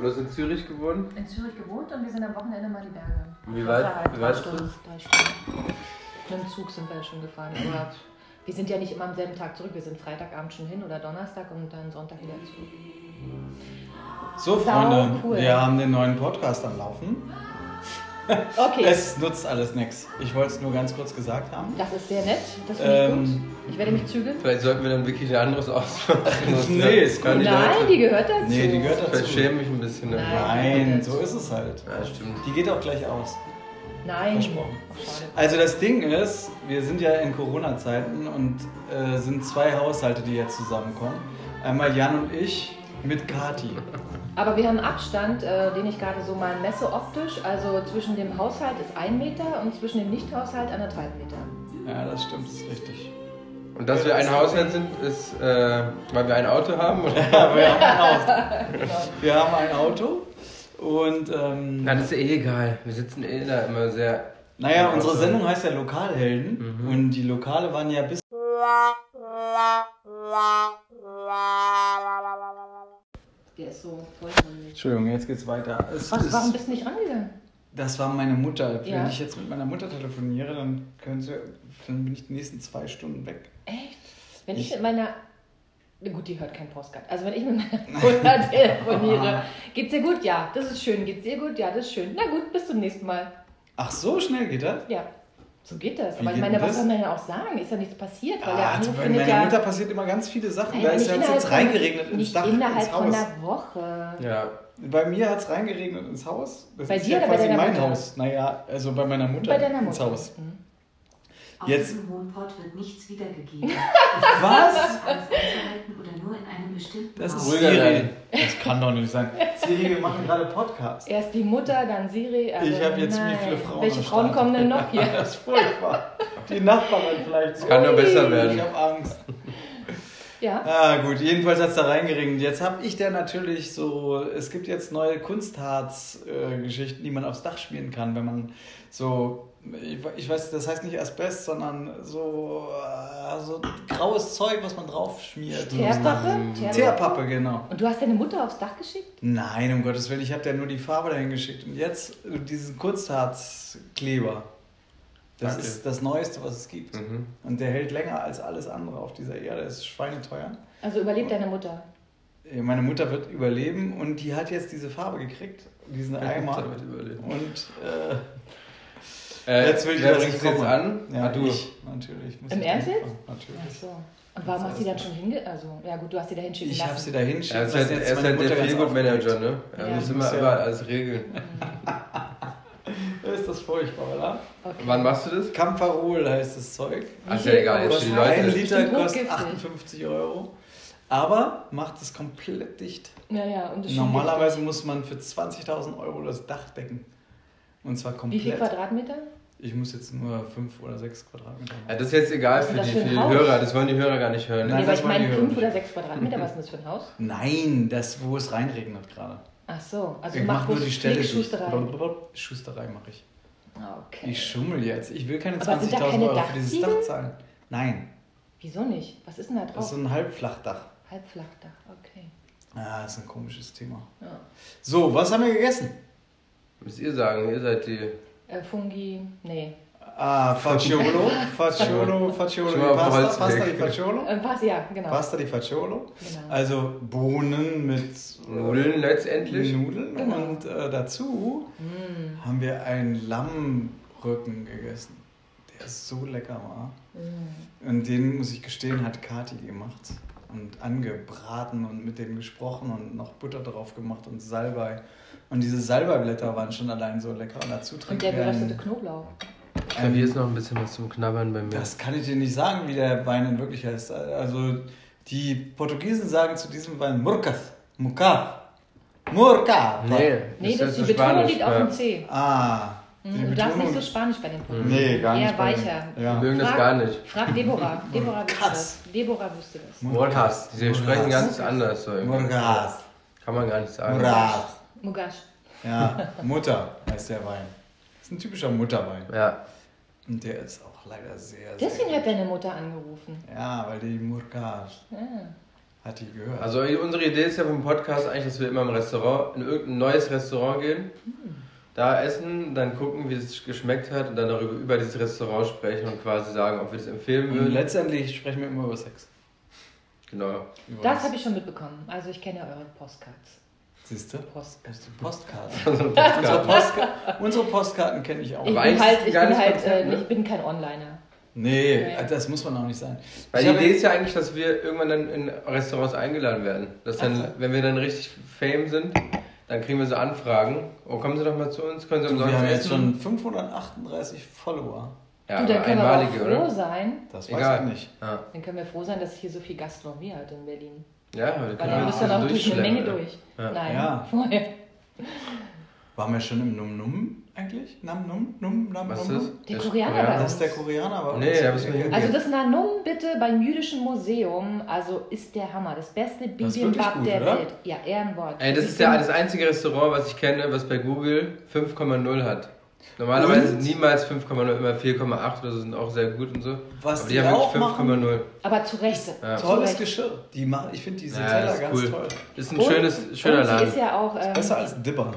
Du hast in Zürich gewohnt? in Zürich gewohnt und wir sind am Wochenende mal die Berge. Wie Das weit, war halt wie drei weit ist das? Stunden, drei Stunden. Mit dem Zug sind wir schon gefahren. Aber wir sind ja nicht immer am selben Tag zurück. Wir sind Freitagabend schon hin oder Donnerstag und dann Sonntag wieder zurück. So, Sau Freunde, cool. wir haben den neuen Podcast am Laufen. Okay, Es nutzt alles nichts. Ich wollte es nur ganz kurz gesagt haben. das ist sehr nett. Das finde ich Ähm, gut. Ich werde mich zügeln. Vielleicht sollten wir dann wirklich ein anderes ausmachen. Nee, ist gut. Kann die Nein, Leute- die gehört dazu. Nee, die gehört Vielleicht dazu. schäme ich ein bisschen. Nein. Nein, so ist es halt. Ja, stimmt. Die geht auch gleich aus. Nein. Versprochen. Ach, schade. Also das Ding ist, wir sind ja in Corona-Zeiten und äh, sind zwei Haushalte, die jetzt zusammenkommen. Einmal Jan und ich mit Kati. Aber wir haben Abstand, äh, den ich gerade so mal messe optisch. Also zwischen dem Haushalt ist ein Meter und zwischen dem Nichthaushalt anderthalb Meter. Ja, das stimmt, das ist richtig. Und dass wir ein Haushalt sind, ist, äh, weil wir ein Auto haben? Oder? Ja, wir, haben ein Genau. Auto. wir haben ein Auto und ähm, Nein, das ist ja eh egal. Wir sitzen eh da immer sehr. naja, unsere Sendung heißt ja Lokalhelden Mhm. und die Lokale waren ja bis... Der ist so voll von Milch. Entschuldigung, jetzt geht's weiter. Es Was, ist- warum bist du nicht rangegangen? Das war meine Mutter. Ja. Wenn ich jetzt mit meiner Mutter telefoniere, dann, können sie, dann bin ich die nächsten zwei Stunden weg. Echt? Wenn ich, Ich- mit meiner. Na Gut, die hört keinen Postcard. Also, wenn ich mit meiner Mutter telefoniere, geht's dir gut? Ja, das ist schön. Geht's dir gut? Ja, das ist schön. Na gut, bis zum nächsten Mal. Ach, so schnell geht das? Ja, so geht das. Wie Aber ich geht meine, denn was das? soll man ja auch sagen? Ist ja nichts passiert, weil der Ah, Anruf bei meiner findet ja. Mutter passiert immer ganz viele Sachen. Naja, da ist nicht ja jetzt, jetzt innerhalb von- reingeregnet ins Nicht Dach, innerhalb ins von Haus. einer Woche. Ja. Bei mir hat es reingeregnet ins Haus. Das Bei ist dir ja oder bei quasi deiner mein Mutter? Haus. Naja, also bei meiner Mutter Bei deiner Mutter. ins Haus. Hm. Auf Jetzt- diesem Wohnport wird nichts wiedergegeben. Was? Alles eingehalten oder nur in einem bestimmten Das ist Raum. Ruhiger Siri. werden. Das kann doch nicht sein. Siri, wir machen gerade Podcast. Erst die Mutter, dann Siri. Also Ich habe jetzt wie nein. viele Frauen. Welche am Frauen Start. kommen denn noch hier? Das ist furchtbar. Die Nachbarin vielleicht. Kann nur besser Ich werden. habe Angst. Ja. Ah, gut, jedenfalls hat es da reingeregnet. Jetzt habe ich da natürlich so, es gibt jetzt neue Kunstharz-Geschichten, die man aufs Dach schmieren kann, wenn man so, ich, we- ich weiß, das heißt nicht Asbest, sondern so, äh, so graues Zeug, was man drauf schmiert. Teerpappe? Teerpappe, genau. Und du hast deine Mutter aufs Dach geschickt? Nein, um Gottes Willen, ich habe da nur die Farbe dahin geschickt. Und jetzt äh, diesen Kunstharzkleber. Das Danke. ist das Neueste, was es gibt. Mhm. Und der hält länger als alles andere auf dieser Erde. Ist schweineteuer. Also überlebt Äh. deine Mutter. Meine Mutter wird überleben und die hat jetzt diese Farbe gekriegt, diesen Eimer. Damit überleben. Und äh, Äh, jetzt will ich wer das bringt nicht es jetzt kommen. an? Ja, ah, du. Ich, natürlich. Muss Im ich Ernst anfangen, Ach Natürlich. so. Und warum hast du die dann schon hinge... Also, ja gut, du hast die da hinschicken Ich habe sie lassen. da hinschicken Er ist halt, lassen, jetzt er ist meine halt der Mutter ganz Feelgood-Manager, ne? Er Ja. muss immer Ja. überall alles regeln. aufgeregt. Ist das furchtbar, oder? Okay. Wann machst du das? Camparol heißt das Zeug. Ach, ist ja egal, jetzt für die Kostet Leute. ein Liter, Bestimmt kostet hochgiftig. 58 Euro. Aber macht es komplett dicht. Ja, ja, und das ist schon Normalerweise muss man für 20.000 Euro das Dach decken. Und zwar wichtig. Wie viel komplett. Quadratmeter? Ich muss jetzt nur 5 oder 6 Quadratmeter machen. Ja, das ist jetzt egal Was ist für das die, für ein für die Haus? Hörer. Das wollen die Hörer gar nicht hören. Nein, nee, weil das ich wollen meine die fünf hören. oder sechs Quadratmeter, was ist denn das für ein Haus? Nein, das, wo es reinregnet gerade. Ach so, also ich du machst mache nur die Stelle. dicht. Schusterei. Blablabla. Schusterei mache ich. Ah, Okay. Ich schummel jetzt. Ich will keine Aber sind da keine 20.000 Euro für dieses Dachziegel? Dach zahlen. Nein, Wieso nicht? Was ist denn da das ist drauf? so ein Halbflachdach. Halbflachdach, okay. Ah, das ist ein komisches Thema. Ja. So, was haben wir gegessen? Müsst ihr sagen, ihr seid die. Äh, Fungi, nee. Ah, Facciolo. Facciolo, Schon Facciolo mal auf di dem Pasta. Holzweg. Pasta di Facciolo. Äh, was, ja, genau. Pasta di Facciolo. Genau. Also Bohnen mit Nudeln letztendlich. Nudeln. Genau. Und äh, dazu Mm, haben wir einen Lammrücken gegessen, der so lecker war. mm. Und den, muss ich gestehen, hat Kati gemacht und angebraten und mit dem gesprochen und noch Butter drauf gemacht und Salbei. Und diese Salbeiblätter waren schon allein so lecker. Und dazu Und trinken der wir geröstete einen, Knoblauch. Ich glaube, hier ist noch ein bisschen was zum Knabbern bei mir. Das kann ich dir nicht sagen, wie der Wein in Wirklichkeit heißt. Also die Portugiesen sagen zu diesem Wein Murcas, Mucaf, Murcaf. Nee, das, ist die Betonung Spanisch, liegt auf ja. dem C. Ah, äh, die Hm, Du darfst nicht so Betonung- spanisch bei den Punkten. Nee, gar nicht. Eher weicher. Die Ja. mögen das gar nicht. Frag Deborah. Deborah wüsste Katz. das. Deborah wüsste das. Murkas. Die sprechen ganz anders. So irgendwie. Murcas, Kann man gar nicht sagen. Murcas. Mugash. Ja, Mutter heißt der Wein. Ist ein typischer Mutterwein. Ja. Und der ist auch leider sehr, sehr... Deswegen hat deine Mutter angerufen. Ja, weil die Murcas. Ah. Hat die gehört. Also unsere Idee ist ja vom Podcast eigentlich, dass wir immer im Restaurant, in irgendein neues Restaurant gehen, da essen, dann gucken, wie es geschmeckt hat und dann darüber über dieses Restaurant sprechen und quasi sagen, ob wir das empfehlen und würden. letztendlich sprechen wir immer über Sex. Genau. Das habe ich schon mitbekommen. Also ich kenne ja eure Postcards. Siehst du? Postcards. Postkarten. Also ein unsere, Podcast. Postka unsere Postkarten kenne ich auch. Ich bin eigentlich halt, ist ich ein bin geiles halt, äh, Konzept, ne? ich bin kein Onliner. Nee, Nee. das muss man auch nicht sein. Weil Ich die habe- Idee ist ja eigentlich, dass wir irgendwann dann in Restaurants eingeladen werden. Dass dann, Ach so. wenn wir dann richtig Fame sind, dann kriegen wir so Anfragen. Oh, kommen Sie doch mal zu uns, können Sie Du, umsonst wir haben essen? jetzt schon 538 Follower. ja, du, dann aber können wir aber einmalige, froh oder? sein. Das weiß Egal. Ah. ich nicht. Ja, Dann können wir froh sein, dass es hier so viel Gastronomie hat in Berlin. ja aber wir Weil können dann auch bist du so dann auch durch eine durchschleppen, Menge oder? durch. Ja. Nein, Ja. vorher. Waren wir schon im Num Num eigentlich? Nam Num Num Nam Was ist Num das? Num? Der Das- Koreaner ja. da. Das ist der Koreaner, aber. Nee, da müssen wir hin. Also das Nanum bitte beim Jüdischen Museum, also ist der Hammer. Das beste Das ist wirklich Bibimbap gut, der oder? Welt. Ja, Ehrenwort. Ey, das ist ja das einzige Restaurant, was ich kenne, was bei Google 5,0 hat. Normalerweise Und? niemals 5,0, immer 4,8 oder so sind auch sehr gut und so. Was Aber die die haben auch wirklich machen? 5,0 Aber zu Recht. Ja. Zu Tolles Recht. Geschirr. Die machen, ich finde diese Ja, das Teller ist ganz cool. toll. Ist ein Und- schönes, schöner und sie Laden. ist ja auch, ähm, Besser als Dipper.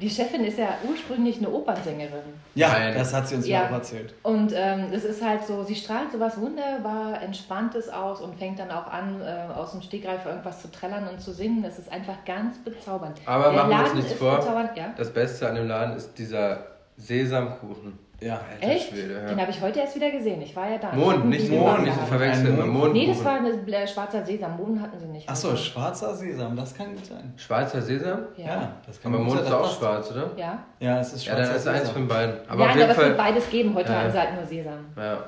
die Chefin ist ja ursprünglich eine Opernsängerin. Ja, Nein. das hat sie uns Ja. ja auch erzählt. Und ähm, es ist halt so, sie strahlt sowas wunderbar Entspanntes aus und fängt dann auch an, äh, aus dem Stegreif irgendwas zu trällern und zu singen. Das ist einfach ganz bezaubernd. Aber machen wir uns nichts ist vor. bezaubernd, ja. Das Beste an dem Laden ist dieser Sesamkuchen. Ja. Alter Echt? Schwede, ja. Den habe ich heute erst wieder gesehen. Ich war ja da. Mond, nicht Den Mond, Mond nicht gehabt. verwechseln. Ein Mond. Nee, das war ein äh, schwarzer Sesam. Mohn hatten sie nicht. Achso, schwarzer Sesam, das kann gut sein. Schwarzer Sesam? Ja. Ja, das kann Aber gut Mond sein, ist das auch passt. schwarz, oder? Ja. Ja, es ist Ja, schwarzer dann ist eins Sesam. von beiden. Aber Nein, auf jeden aber es wird Fall. beides geben. Heute Ja, ja. haben sie halt nur Sesam. Ja.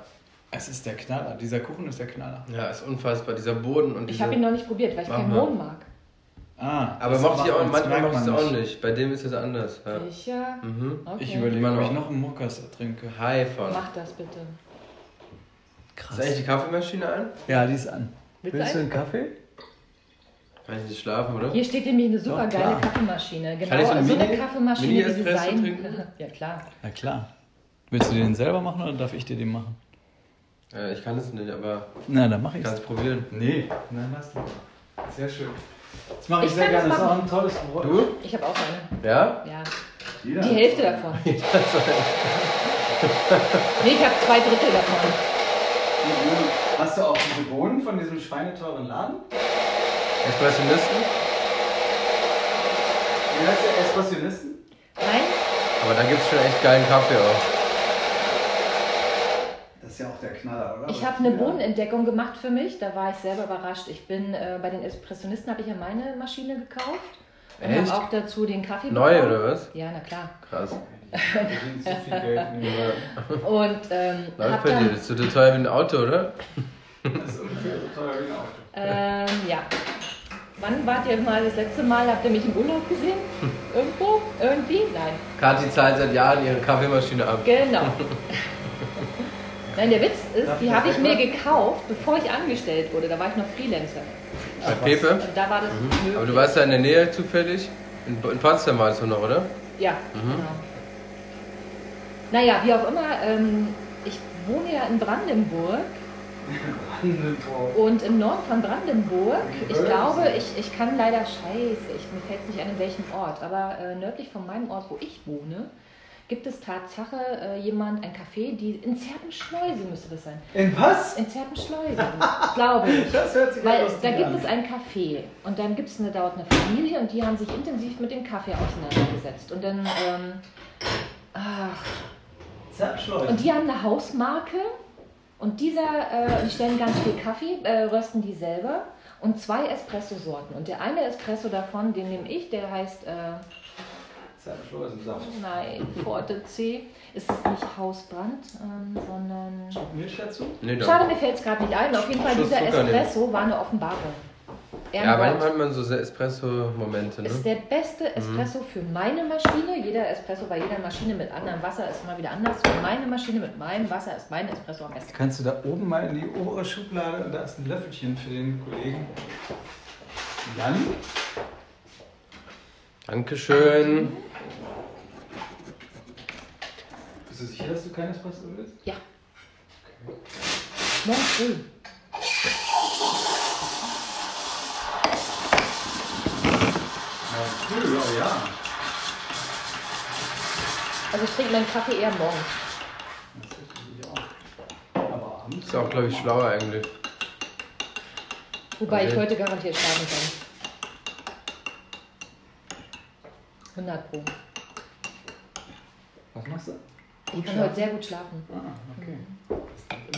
Es ist der Knaller. Dieser Kuchen ist der Knaller. ja, ist unfassbar, dieser Boden und Ich diese. habe ihn noch nicht probiert, weil ich Machen keinen wir. Mohn mag. Ah, aber das mochte ich macht auch, man- das manchmal merkt mochte ich es man auch nicht. nicht. Bei dem ist es anders. Ja. Sicher? Mhm. Okay. Ich überlege, Immer ob ich noch. noch einen Mokas trinke. Haifern. Mach das bitte. Ist eigentlich die Kaffeemaschine an? Ja, die ist an. Willst du einen? Kaffee? Kann ich nicht schlafen, oder? Hier steht nämlich eine super Doch, geile klar. Kaffeemaschine. Genau, ich so so, einen eine Mini- Kaffeemaschine, wie sie Mini-Espresso sein. trinken? Ja, klar. Ja, klar. Willst du den selber machen oder darf ich dir den machen? Äh, ich kann es nicht, aber Na, dann mach ich ich kann es probieren. Nee. Nein, lass den. Sehr schön. Das mache ich, Ich sehr kann das gerne. Das ist machen. auch ein tolles Brot. Du? Ich habe auch eine. Ja? Ja. Jeder. Die Hälfte davon. nee, ich habe zwei Drittel davon. Hast du auch diese Bohnen von diesem schweineteuren Laden? Expressionisten? Wie heißt der? Expressionisten? Nein? Aber da gibt es schon echt geilen Kaffee auch. Das ist ja auch der Knaller, oder? Ich habe eine Bohnenentdeckung gemacht für mich, da war ich selber überrascht. Ich bin äh, bei den Espressionisten habe ich ja meine Maschine gekauft und Echt? habe auch dazu den Kaffee Neu bekommen. oder was? Ja, na klar. Krass. verdienen so viel Geld. Und ähm, Läuft hab bei dir, dann, das ist so teuer wie ein Auto, oder? Das genau ist ungefähr so teuer wie ein Auto. ähm, ja. Wann wart ihr mal das letzte Mal? Habt ihr mich im Urlaub gesehen? Irgendwo? Irgendwie? Nein. Kathi zahlt seit Jahren ihre Kaffeemaschine ab. Genau. Nein, der Witz ist, Darf ich die das habe ich mir wegmachen? gekauft, bevor ich angestellt wurde. Da war ich noch Freelancer. Bei Pepe? Und da war das möglich. Aber du warst ja in der Nähe zufällig. In, in Potsdam warst du noch, oder? Ja, genau. Naja, wie auch immer, ähm, ich wohne ja in Brandenburg und im Norden von Brandenburg, Die ich Wölfe glaube, sind- ich, ich kann leider scheiße, ich, mir fällt nicht an, in welchem Ort, aber äh, nördlich von meinem Ort, wo ich wohne, gibt es Tatsache äh, jemand, ein Café, die in Zerpenschleuse müsste das sein. In was? In Zerpenschleuse, glaube ich. Das hört sich ja Weil lustig da gibt an. es ein Café und dann gibt es eine, dauert eine Familie und die haben sich intensiv mit dem Kaffee auseinandergesetzt. Und dann, ähm, ach, Zapfschläuche. und die haben eine Hausmarke und dieser, äh, die stellen ganz viel Kaffee, äh, rösten die selber und zwei Espresso-Sorten. Und der eine Espresso davon, den nehme ich, der heißt, äh, Zapfschläuche. nein, Forte C, ist es nicht Hausbrand, ähm, sondern. Milch dazu? Nee, Schade, mir fällt es gerade nicht ein. Auf jeden Fall, Schuss dieser Genau. Zucker nehmen. Espresso war eine Offenbarung. Ja, Ehrenwort. manchmal hat man so sehr Espresso-Momente, Ist ne? der beste Espresso für meine Maschine. Jeder Espresso bei jeder Maschine mit anderem Wasser ist immer wieder anders. Für meine Maschine mit meinem Wasser ist mein Espresso am besten. Kannst du da oben mal in die obere Schublade und da ist ein Löffelchen für den Kollegen. Jan? Dankeschön. Bist du sicher, dass du kein Espresso willst? Ja. Morgen früh. cool, oh ja. Also ich trinke meinen Kaffee eher morgens. Das ist natürlich auch. Aber abends. Ist ja auch, glaube ich, schlauer eigentlich. Wobei ich Okay. heute garantiert schlafen kann. 100 Pro. Was machst du? Ich kann schlafen. heute sehr gut schlafen. Ah, okay.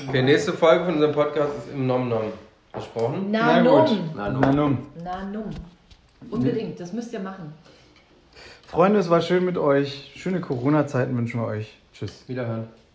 Okay, nächste Folge von unserem Podcast ist im Nom Nom. Versprochen? Na nun. Na, Na nun. Na nun. Unbedingt, das müsst ihr machen. Freunde, es war schön mit euch. Schöne Corona-Zeiten wünschen wir euch. Tschüss. Wiederhören.